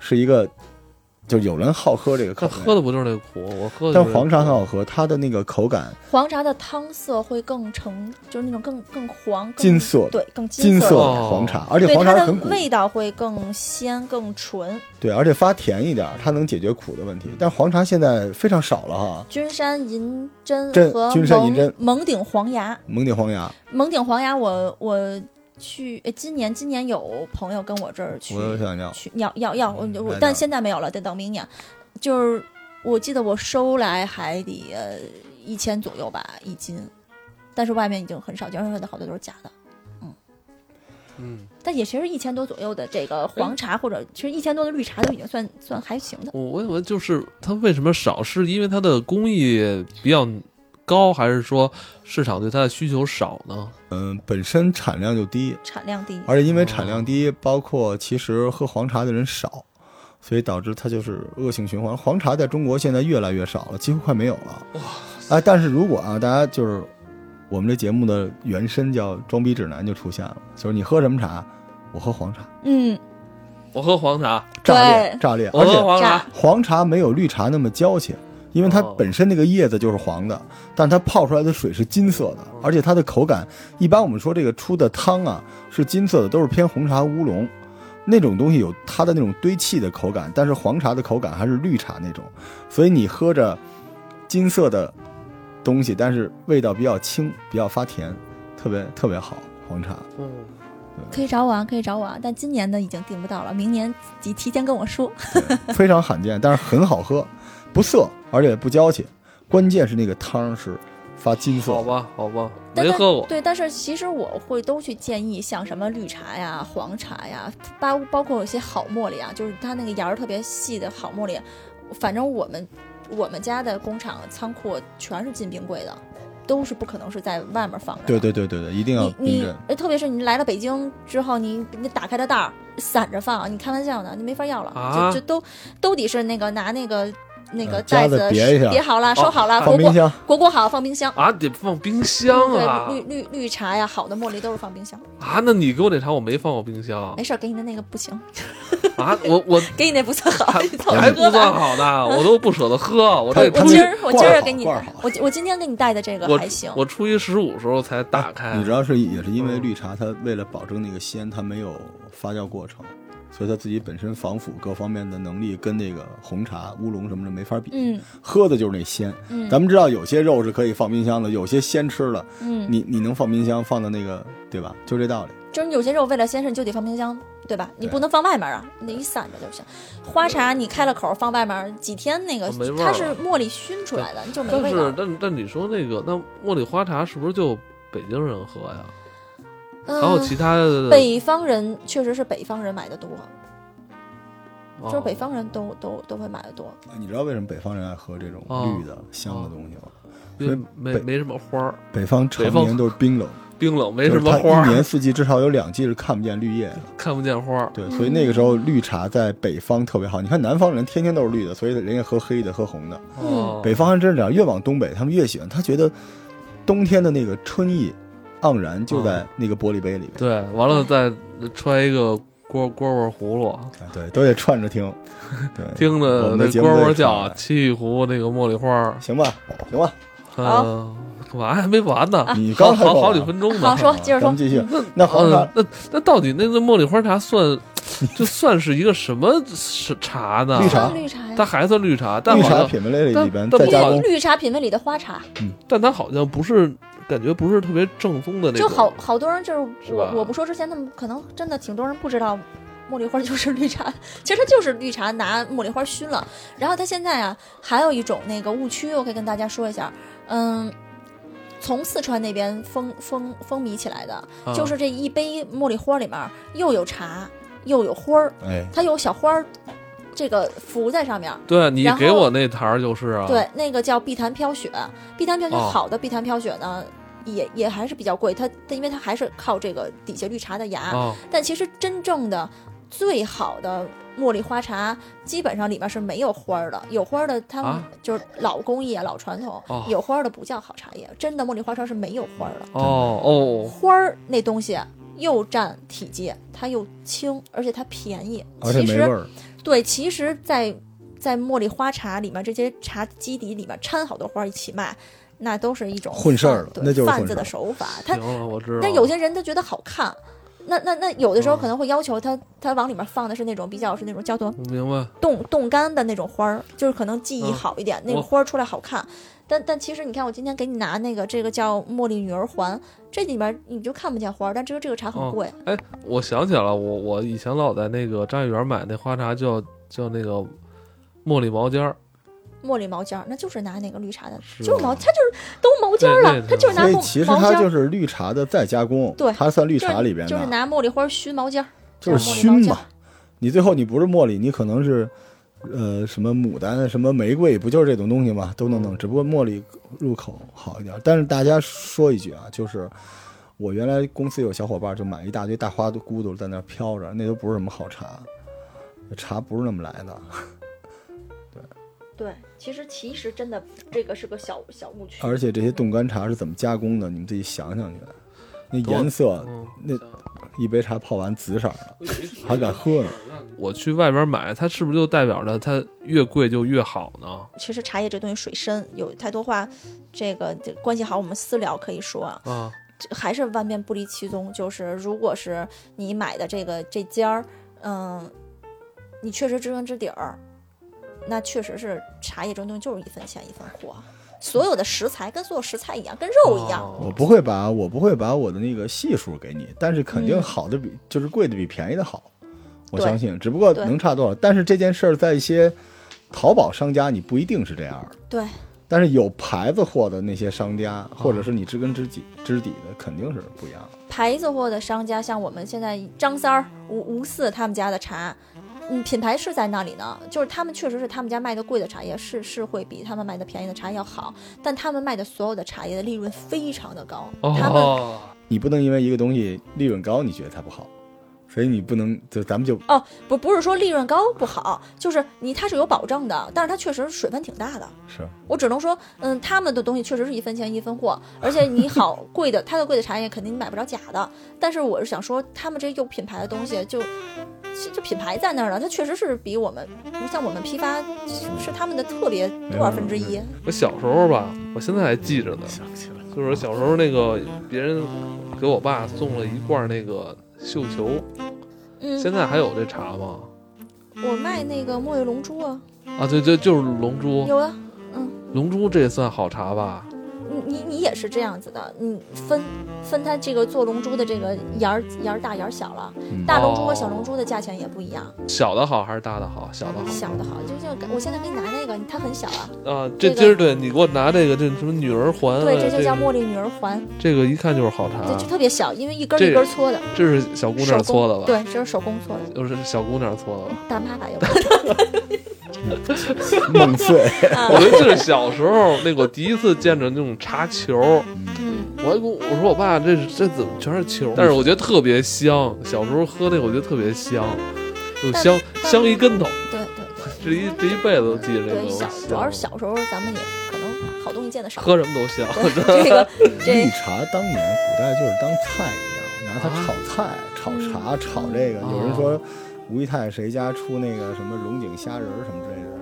[SPEAKER 3] 是一个，就有人好喝这个口
[SPEAKER 1] 那
[SPEAKER 3] 味，
[SPEAKER 1] 喝的不就是那苦？我喝的
[SPEAKER 3] 但
[SPEAKER 1] 就是
[SPEAKER 3] 黄茶很好喝，它的那个口感
[SPEAKER 2] 黄茶的汤色会更呈，就是那种更更黄、更
[SPEAKER 3] 金色的
[SPEAKER 2] 对，更
[SPEAKER 3] 金色
[SPEAKER 2] 色
[SPEAKER 1] 的
[SPEAKER 2] 的，
[SPEAKER 3] 的黄茶，而且
[SPEAKER 2] 对
[SPEAKER 3] 黄
[SPEAKER 2] 它
[SPEAKER 3] 茶是
[SPEAKER 2] 的
[SPEAKER 3] 很苦的。
[SPEAKER 2] 味道会更鲜、更纯。
[SPEAKER 3] 对，而且发甜一点儿，它能解决苦的问题。但黄茶现在非常少了哈，
[SPEAKER 2] 君山银针
[SPEAKER 3] 针
[SPEAKER 2] 和
[SPEAKER 3] 君山银针
[SPEAKER 2] 蒙蒙顶黄芽，
[SPEAKER 3] 蒙顶黄芽，
[SPEAKER 2] 蒙顶黄芽我，我去，呃今年今年有朋友跟我这儿去
[SPEAKER 3] 我有想要。
[SPEAKER 2] 去要要要，我
[SPEAKER 3] 嗯
[SPEAKER 2] 我
[SPEAKER 3] 来点儿
[SPEAKER 2] 但现在没有了，得等明年。就是我记得我收来还得呃一千左右吧一斤，但是外面已经很少见，而且好多都是假的。
[SPEAKER 1] 嗯，
[SPEAKER 2] 但也其实一千多左右的这个黄茶，或者其实一千多的绿茶都已经算算还行的。
[SPEAKER 1] 我我以为就是它为什么少，是因为它的工艺比较高，还是说市场对它的需求少呢？
[SPEAKER 3] 嗯，本身产量就低，
[SPEAKER 2] 产量低，
[SPEAKER 3] 而且因为产量低，包括其实喝黄茶的人少，所以导致它就是恶性循环。黄茶在中国现在越来越少了，几乎快没有了。啊，但是如果啊，大家就是我们这节目的原声叫“装逼指南”就出现了，就是你喝什么茶，我喝黄茶，
[SPEAKER 2] 嗯，
[SPEAKER 1] 我喝黄茶，
[SPEAKER 3] 炸裂
[SPEAKER 2] 对
[SPEAKER 3] 炸裂，
[SPEAKER 1] 我
[SPEAKER 3] 而
[SPEAKER 1] 喝
[SPEAKER 3] 且
[SPEAKER 1] 黄
[SPEAKER 2] 炸
[SPEAKER 1] 茶，
[SPEAKER 3] 黄茶没有绿茶那么娇气，因为它
[SPEAKER 1] 哦
[SPEAKER 3] 本身那个叶子就是黄的，但它泡出来的水是金色的，而且它的口感，一般我们说这个出的汤啊是金色的，都是偏红茶乌龙。那种东西有它的那种堆砌的口感，但是黄茶的口感还是绿茶那种，所以你喝着金色的东西，但是味道比较轻，比较发甜，特别特别好。黄茶，
[SPEAKER 1] 嗯，
[SPEAKER 2] 可以找我啊，可以找我啊，但今年的已经订不到了，明年提提前跟我说。
[SPEAKER 3] 对非常罕见，但是很好喝，不涩，而且不娇气，关键是那个汤是发金色
[SPEAKER 1] 好
[SPEAKER 3] 的。
[SPEAKER 1] 吧，好吧，
[SPEAKER 2] 但
[SPEAKER 1] 没
[SPEAKER 2] 是
[SPEAKER 1] 喝过，
[SPEAKER 2] 对，但是其实我会都去建议，像什么绿茶呀、黄茶呀，包包括有些好茉莉啊，就是它那个芽儿特别细的好茉莉，啊反正我们我们家的工厂仓库全是进冰柜的，都是不可能是在外面放着的。
[SPEAKER 3] 对对对对对，一定要
[SPEAKER 2] 你
[SPEAKER 3] 冰
[SPEAKER 2] 你
[SPEAKER 3] 镇。
[SPEAKER 2] 呃特别是你来了北京之后，你你打开的袋儿散着放，你开玩笑呢，你没法要了，
[SPEAKER 1] 啊
[SPEAKER 2] 就就都都得是那个拿那个那个
[SPEAKER 3] 嗯夹
[SPEAKER 2] 袋
[SPEAKER 3] 子
[SPEAKER 2] 子
[SPEAKER 3] 别一下
[SPEAKER 2] 好
[SPEAKER 1] 哦
[SPEAKER 2] 了，收好了，
[SPEAKER 3] 放
[SPEAKER 2] 裹
[SPEAKER 3] 冰
[SPEAKER 2] 裹
[SPEAKER 3] 箱，
[SPEAKER 2] 裹裹好，放冰箱。
[SPEAKER 1] 啊，得放冰箱啊
[SPEAKER 2] 对，绿绿绿茶呀，好的茉莉都是放冰箱，
[SPEAKER 1] 啊，那你给我那茶我没放过冰箱
[SPEAKER 2] 没事儿，给你的那个不行，哎
[SPEAKER 1] 啊，我我
[SPEAKER 2] 给你那不算好，
[SPEAKER 1] 还
[SPEAKER 2] 你
[SPEAKER 3] 哎
[SPEAKER 2] 凑合
[SPEAKER 1] 还不
[SPEAKER 2] 喝
[SPEAKER 1] 算
[SPEAKER 2] 吧。
[SPEAKER 1] 好呢，我都不舍得喝，我
[SPEAKER 3] 他
[SPEAKER 1] 这
[SPEAKER 3] 嗯他
[SPEAKER 2] 我
[SPEAKER 1] 初一
[SPEAKER 3] 们
[SPEAKER 2] 今儿我今
[SPEAKER 3] 罐儿
[SPEAKER 2] 儿
[SPEAKER 3] 好
[SPEAKER 2] 给你
[SPEAKER 3] 罐儿好，
[SPEAKER 2] 我我今天给你带的这个
[SPEAKER 1] 我
[SPEAKER 2] 还行，
[SPEAKER 1] 我初一十五时候才打开，
[SPEAKER 3] 啊你知道是也是因
[SPEAKER 1] 嗯
[SPEAKER 3] 为绿茶，它为了保证那个鲜，它没有发酵过程，所以它自己本身防腐各方面的能力跟那个红茶、乌龙什么的没法比。
[SPEAKER 2] 嗯
[SPEAKER 3] 喝的就是那鲜。
[SPEAKER 2] 嗯
[SPEAKER 3] 咱们知道有些肉是可以放冰箱的，有些鲜吃的，
[SPEAKER 2] 嗯，
[SPEAKER 3] 你你能放冰箱放到那个对吧？就这道理。
[SPEAKER 2] 就是有些肉为了鲜你就得放冰箱，对吧？你
[SPEAKER 3] 对
[SPEAKER 2] 不能放外面啊，你得散着就行。花茶你开了口放外面几天，那个
[SPEAKER 1] 哦没味儿
[SPEAKER 2] 它
[SPEAKER 1] 了
[SPEAKER 2] 是茉莉熏出来的，就没
[SPEAKER 1] 但
[SPEAKER 2] 味道
[SPEAKER 1] 是
[SPEAKER 2] 了。
[SPEAKER 1] 但但你说那个那茉莉花茶是不是就北京人喝呀？
[SPEAKER 3] 嗯
[SPEAKER 1] 还有
[SPEAKER 2] 嗯，
[SPEAKER 1] 其他的
[SPEAKER 2] 北方人确实是北方人买的多，
[SPEAKER 1] 哦
[SPEAKER 2] 就是北方人都都都会买的多。
[SPEAKER 3] 你知道为什么北方人爱喝这种
[SPEAKER 1] 哦
[SPEAKER 3] 绿的、香的东西吗？
[SPEAKER 1] 因为没
[SPEAKER 3] 北
[SPEAKER 1] 没什么花儿，
[SPEAKER 3] 北方常年都是冰冷，
[SPEAKER 1] 冰冷没
[SPEAKER 3] 就
[SPEAKER 1] 什
[SPEAKER 3] 是
[SPEAKER 1] 么
[SPEAKER 3] 它
[SPEAKER 1] 花
[SPEAKER 3] 一年
[SPEAKER 1] 儿，
[SPEAKER 3] 四季至少有两季是看不见绿叶的。
[SPEAKER 1] 看不见花儿。
[SPEAKER 3] 对，
[SPEAKER 2] 嗯
[SPEAKER 3] 所以那个时候绿茶在北方特别好。你看南方人天天都是绿的，所以人家喝黑的、喝红的。
[SPEAKER 2] 嗯
[SPEAKER 1] 哦
[SPEAKER 3] 北方人真是这样，越往东北，他们越喜欢，他觉得冬天的那个春意盎然就在那个玻璃杯里边。
[SPEAKER 1] 对，完了再揣一个蝈蝈蝈葫芦，
[SPEAKER 3] 哎对，都得串着听。对，
[SPEAKER 1] 嗯 听
[SPEAKER 3] 我
[SPEAKER 1] 着
[SPEAKER 3] 们
[SPEAKER 1] 那
[SPEAKER 3] 的
[SPEAKER 1] 蝈
[SPEAKER 3] 节目啊都
[SPEAKER 1] 蝈
[SPEAKER 3] 得
[SPEAKER 1] 叫
[SPEAKER 3] 串，着
[SPEAKER 1] 沏一壶那个茉莉花儿。
[SPEAKER 3] 行吧，行吧，
[SPEAKER 2] 好
[SPEAKER 1] 嗯，干嘛还没完呢？
[SPEAKER 3] 你刚才
[SPEAKER 1] 好好
[SPEAKER 3] 说
[SPEAKER 1] 好
[SPEAKER 3] 完
[SPEAKER 1] 几分钟呢
[SPEAKER 2] 好，。说接着
[SPEAKER 3] 咱
[SPEAKER 2] 说
[SPEAKER 3] 们，继续。
[SPEAKER 1] 那
[SPEAKER 3] 那黄
[SPEAKER 1] 嗯
[SPEAKER 3] 茶，
[SPEAKER 1] 那那到底那个茉莉花茶算，这算是一个什么是茶呢？
[SPEAKER 3] 绿茶
[SPEAKER 2] 绿茶呀
[SPEAKER 1] 它。还算绿茶，但
[SPEAKER 3] 绿
[SPEAKER 1] 好
[SPEAKER 3] 茶
[SPEAKER 1] 像
[SPEAKER 3] 品类里
[SPEAKER 1] 但
[SPEAKER 3] 边
[SPEAKER 1] 但
[SPEAKER 3] 再
[SPEAKER 1] 不
[SPEAKER 3] 加
[SPEAKER 1] 好
[SPEAKER 3] 工，
[SPEAKER 2] 绿茶品味里的花茶，
[SPEAKER 1] 但它好像不是，感觉不是特别正宗的那
[SPEAKER 2] 就
[SPEAKER 1] 种。
[SPEAKER 2] 好好多人就是
[SPEAKER 1] 是
[SPEAKER 2] 我
[SPEAKER 1] 吧
[SPEAKER 2] 我不说之前，他们可能真的挺多人不知道，茉莉花就是绿茶， 其实它就是绿茶拿茉莉花熏了。然后它现在啊，还有一种那个误区，我可以跟大家说一下，嗯。从四川那边风风风靡起来的，
[SPEAKER 1] 啊
[SPEAKER 2] 就是这一杯茉莉花里面又有茶，又有花儿，
[SPEAKER 3] 哎，
[SPEAKER 2] 它有小花儿，这个浮在上面，
[SPEAKER 1] 对你
[SPEAKER 2] 然后
[SPEAKER 1] 给我那坛儿就是啊，
[SPEAKER 2] 对，那个叫碧潭飘雪，碧潭飘雪
[SPEAKER 1] 哦
[SPEAKER 2] 好的碧潭飘雪呢，也也还是比较贵，它它因为它还是靠这个底下绿茶的芽，
[SPEAKER 3] 哦
[SPEAKER 1] 啊，
[SPEAKER 2] 但其实真正的最好的茉莉花茶，基本上里面是没有花儿的，有花儿的它们
[SPEAKER 1] 啊
[SPEAKER 2] 就是老工艺、啊、老传统，
[SPEAKER 1] 哦
[SPEAKER 2] 有花儿的不叫好茶叶，真的茉莉花茶是没有花儿的，
[SPEAKER 1] 哦哦，
[SPEAKER 2] 花儿那东西。啊又占体积，它又轻，而且它便宜。
[SPEAKER 3] 而且
[SPEAKER 2] 其
[SPEAKER 3] 没
[SPEAKER 2] 实
[SPEAKER 3] 味儿。
[SPEAKER 2] 对，其实在，在茉莉花茶里面，这些茶基底里面掺好多花一起卖，那都是一种
[SPEAKER 3] 混事儿了
[SPEAKER 2] 贩对
[SPEAKER 3] 那就是啊
[SPEAKER 2] 贩
[SPEAKER 3] 混
[SPEAKER 2] 子
[SPEAKER 3] 事
[SPEAKER 2] 的
[SPEAKER 3] 儿
[SPEAKER 2] 手法。他
[SPEAKER 1] 行了，我知道了。
[SPEAKER 2] 但有些人他觉得好看，那那那有的时候
[SPEAKER 1] 嗯
[SPEAKER 2] 可能会要求他，他往里面放的是那种比较是那种叫做
[SPEAKER 1] 我明白，
[SPEAKER 2] 冻冻干的那种花儿，就是可能技艺
[SPEAKER 1] 嗯
[SPEAKER 2] 好一点，那
[SPEAKER 1] 我
[SPEAKER 2] 个花儿出来好看。但但其实你看，我今天给你拿那个这个叫茉莉女儿环，这里面你就看不见花儿，但这个这个茶很
[SPEAKER 1] 哦
[SPEAKER 2] 贵。
[SPEAKER 1] 哎，我想起来了，我我以前老在那个张一元买那花茶叫叫那个茉莉毛尖儿，
[SPEAKER 2] 茉莉毛尖儿，那就是拿那个绿茶的，
[SPEAKER 1] 是
[SPEAKER 2] 就是
[SPEAKER 1] 吗
[SPEAKER 2] 毛，它就是都毛尖
[SPEAKER 1] 对
[SPEAKER 2] 儿了
[SPEAKER 1] 对，
[SPEAKER 2] 它就是拿
[SPEAKER 3] 所以
[SPEAKER 2] 木
[SPEAKER 3] 其实
[SPEAKER 2] 毛
[SPEAKER 3] 它
[SPEAKER 2] 尖
[SPEAKER 3] 就
[SPEAKER 2] 儿，
[SPEAKER 3] 是绿茶的再加工，
[SPEAKER 2] 对
[SPEAKER 3] 它算绿
[SPEAKER 2] 就是
[SPEAKER 3] 茶里边的，
[SPEAKER 2] 就是拿茉莉花熏毛尖儿，
[SPEAKER 3] 就是
[SPEAKER 2] 叫茉莉毛
[SPEAKER 3] 熏
[SPEAKER 2] 尖
[SPEAKER 3] 嘛
[SPEAKER 2] 儿。
[SPEAKER 3] 你最后你不是茉莉，你可能是，呃，什么牡丹、什么玫瑰，不就是这种东西吗？都能弄，只不过茉莉入口好一点。但是大家说一句啊，就是我原来公司有小伙伴就买一大堆大花骨朵在那儿飘着，那都不是什么好茶，茶不是那么来的。
[SPEAKER 2] 对，其实其实真的这个是个小小误区。
[SPEAKER 3] 而且这些冻干茶是怎么加工的，你们自己想想去。那颜色，
[SPEAKER 1] 嗯，
[SPEAKER 3] 那一杯茶泡完紫色儿的，还
[SPEAKER 4] 还
[SPEAKER 3] 敢喝呢？
[SPEAKER 1] 我去外边买，它是不是就代表着它越贵就越好呢？
[SPEAKER 2] 其实茶叶这东西水深，有太多话，这个这关系好我们私聊可以说啊。
[SPEAKER 1] 啊，
[SPEAKER 2] 这还是万变不离其宗，就是如果是你买的这个这家儿，嗯，你确实知根知底儿，那确实是茶叶这种东西就是一分钱一分货，啊所有的食材跟所有食材一样，跟肉一样。
[SPEAKER 3] 我
[SPEAKER 1] 哦
[SPEAKER 3] 不会把我不会把我的那个系数给你，但是肯定
[SPEAKER 2] 嗯
[SPEAKER 3] 好的比、就是贵的比便宜的好，我
[SPEAKER 2] 对
[SPEAKER 3] 相信。只不过
[SPEAKER 2] 对
[SPEAKER 3] 能差多少？但是这件事儿在一些淘宝商家你不一定是这样的，
[SPEAKER 2] 对，
[SPEAKER 3] 但是有牌子货的那些商家，或者
[SPEAKER 2] 哦
[SPEAKER 3] 是你知根知底知底的，肯定是不一样的。
[SPEAKER 2] 牌子货的商家，像我们现在张三儿、吴吴四他们家的茶，嗯，品牌是在那里呢，就是他们确实是他们家卖的贵的茶叶是是会比他们卖的便宜的茶叶要好，但他们卖的所有的茶叶的利润非常的高，他们
[SPEAKER 1] 哦，
[SPEAKER 3] 你不能因为一个东西利润高，你觉得它不好，所以你不能就咱们就
[SPEAKER 2] 不不是说利润高不好，就是你它是有保证的，但是它确实水分挺大的。
[SPEAKER 3] 是
[SPEAKER 2] 我只能说，嗯，他们的东西确实是一分钱一分货，而且你好贵的，它的贵的茶叶肯定你买不着假的。但是我是想说，他们这有品牌的东西就。其就品牌在那儿了，它确实是比我们，像我们批发是是他们的特别多少分之一，
[SPEAKER 1] 我小时候吧，我现在还记着呢，
[SPEAKER 3] 想起来
[SPEAKER 1] 就是小时候那个别人给我爸送了一罐那个绣球，现
[SPEAKER 2] 嗯，
[SPEAKER 1] 在还有这茶吗？
[SPEAKER 2] 我卖那个墨玉龙珠啊，
[SPEAKER 1] 啊，对对，就是龙珠，
[SPEAKER 2] 有啊，
[SPEAKER 1] 龙珠这也算好茶吧？
[SPEAKER 2] 你你你也是这样子的，你分分它这个做龙珠的这个沿儿沿儿大沿儿小了，
[SPEAKER 3] 嗯
[SPEAKER 2] 大 龙珠和小龙珠的价钱也不一样，
[SPEAKER 1] 小的好还是大的好？小的好。
[SPEAKER 2] 小的好，就像我现在给你拿那个，它很小啊，
[SPEAKER 1] 啊，这
[SPEAKER 2] 这个
[SPEAKER 1] 今儿对你给我拿这个，这什么女儿环、啊？
[SPEAKER 2] 对，这就叫
[SPEAKER 1] 个
[SPEAKER 2] 茉莉女儿环，
[SPEAKER 1] 这个一看就是好茶
[SPEAKER 2] 对，，就特别小，因为一
[SPEAKER 1] 啊
[SPEAKER 2] 根
[SPEAKER 1] 这
[SPEAKER 2] 一根搓的，
[SPEAKER 1] 这是小姑
[SPEAKER 2] 手
[SPEAKER 1] 娘
[SPEAKER 2] 工
[SPEAKER 1] 搓的吧？，
[SPEAKER 2] 对，这是手工搓的，
[SPEAKER 1] 又是小姑娘搓的吧？
[SPEAKER 2] 大妈吧，要
[SPEAKER 3] 梦碎，
[SPEAKER 1] 我觉得这是小时候那个我第一次见着那种茶球，
[SPEAKER 2] 嗯，
[SPEAKER 1] 我还跟我我说我爸这是这怎么全是球？但是我觉得特别香，小时候喝那个我觉得特别香，有
[SPEAKER 2] 但
[SPEAKER 1] 香
[SPEAKER 2] 但
[SPEAKER 1] 香一跟头，
[SPEAKER 2] 对对
[SPEAKER 1] 这一这一辈子都记着这个
[SPEAKER 2] 对对，小
[SPEAKER 1] 香。
[SPEAKER 2] 主要是小时候咱们也可能好东西见的 少，
[SPEAKER 1] 喝什么都 香，
[SPEAKER 2] 对这个
[SPEAKER 3] 绿
[SPEAKER 2] 这
[SPEAKER 3] 茶当年古代就是当菜一样，拿它炒菜、炒茶、炒这个。
[SPEAKER 1] 嗯
[SPEAKER 3] 有人说吴裕泰谁家出那个什么龙井虾仁儿什么之类的，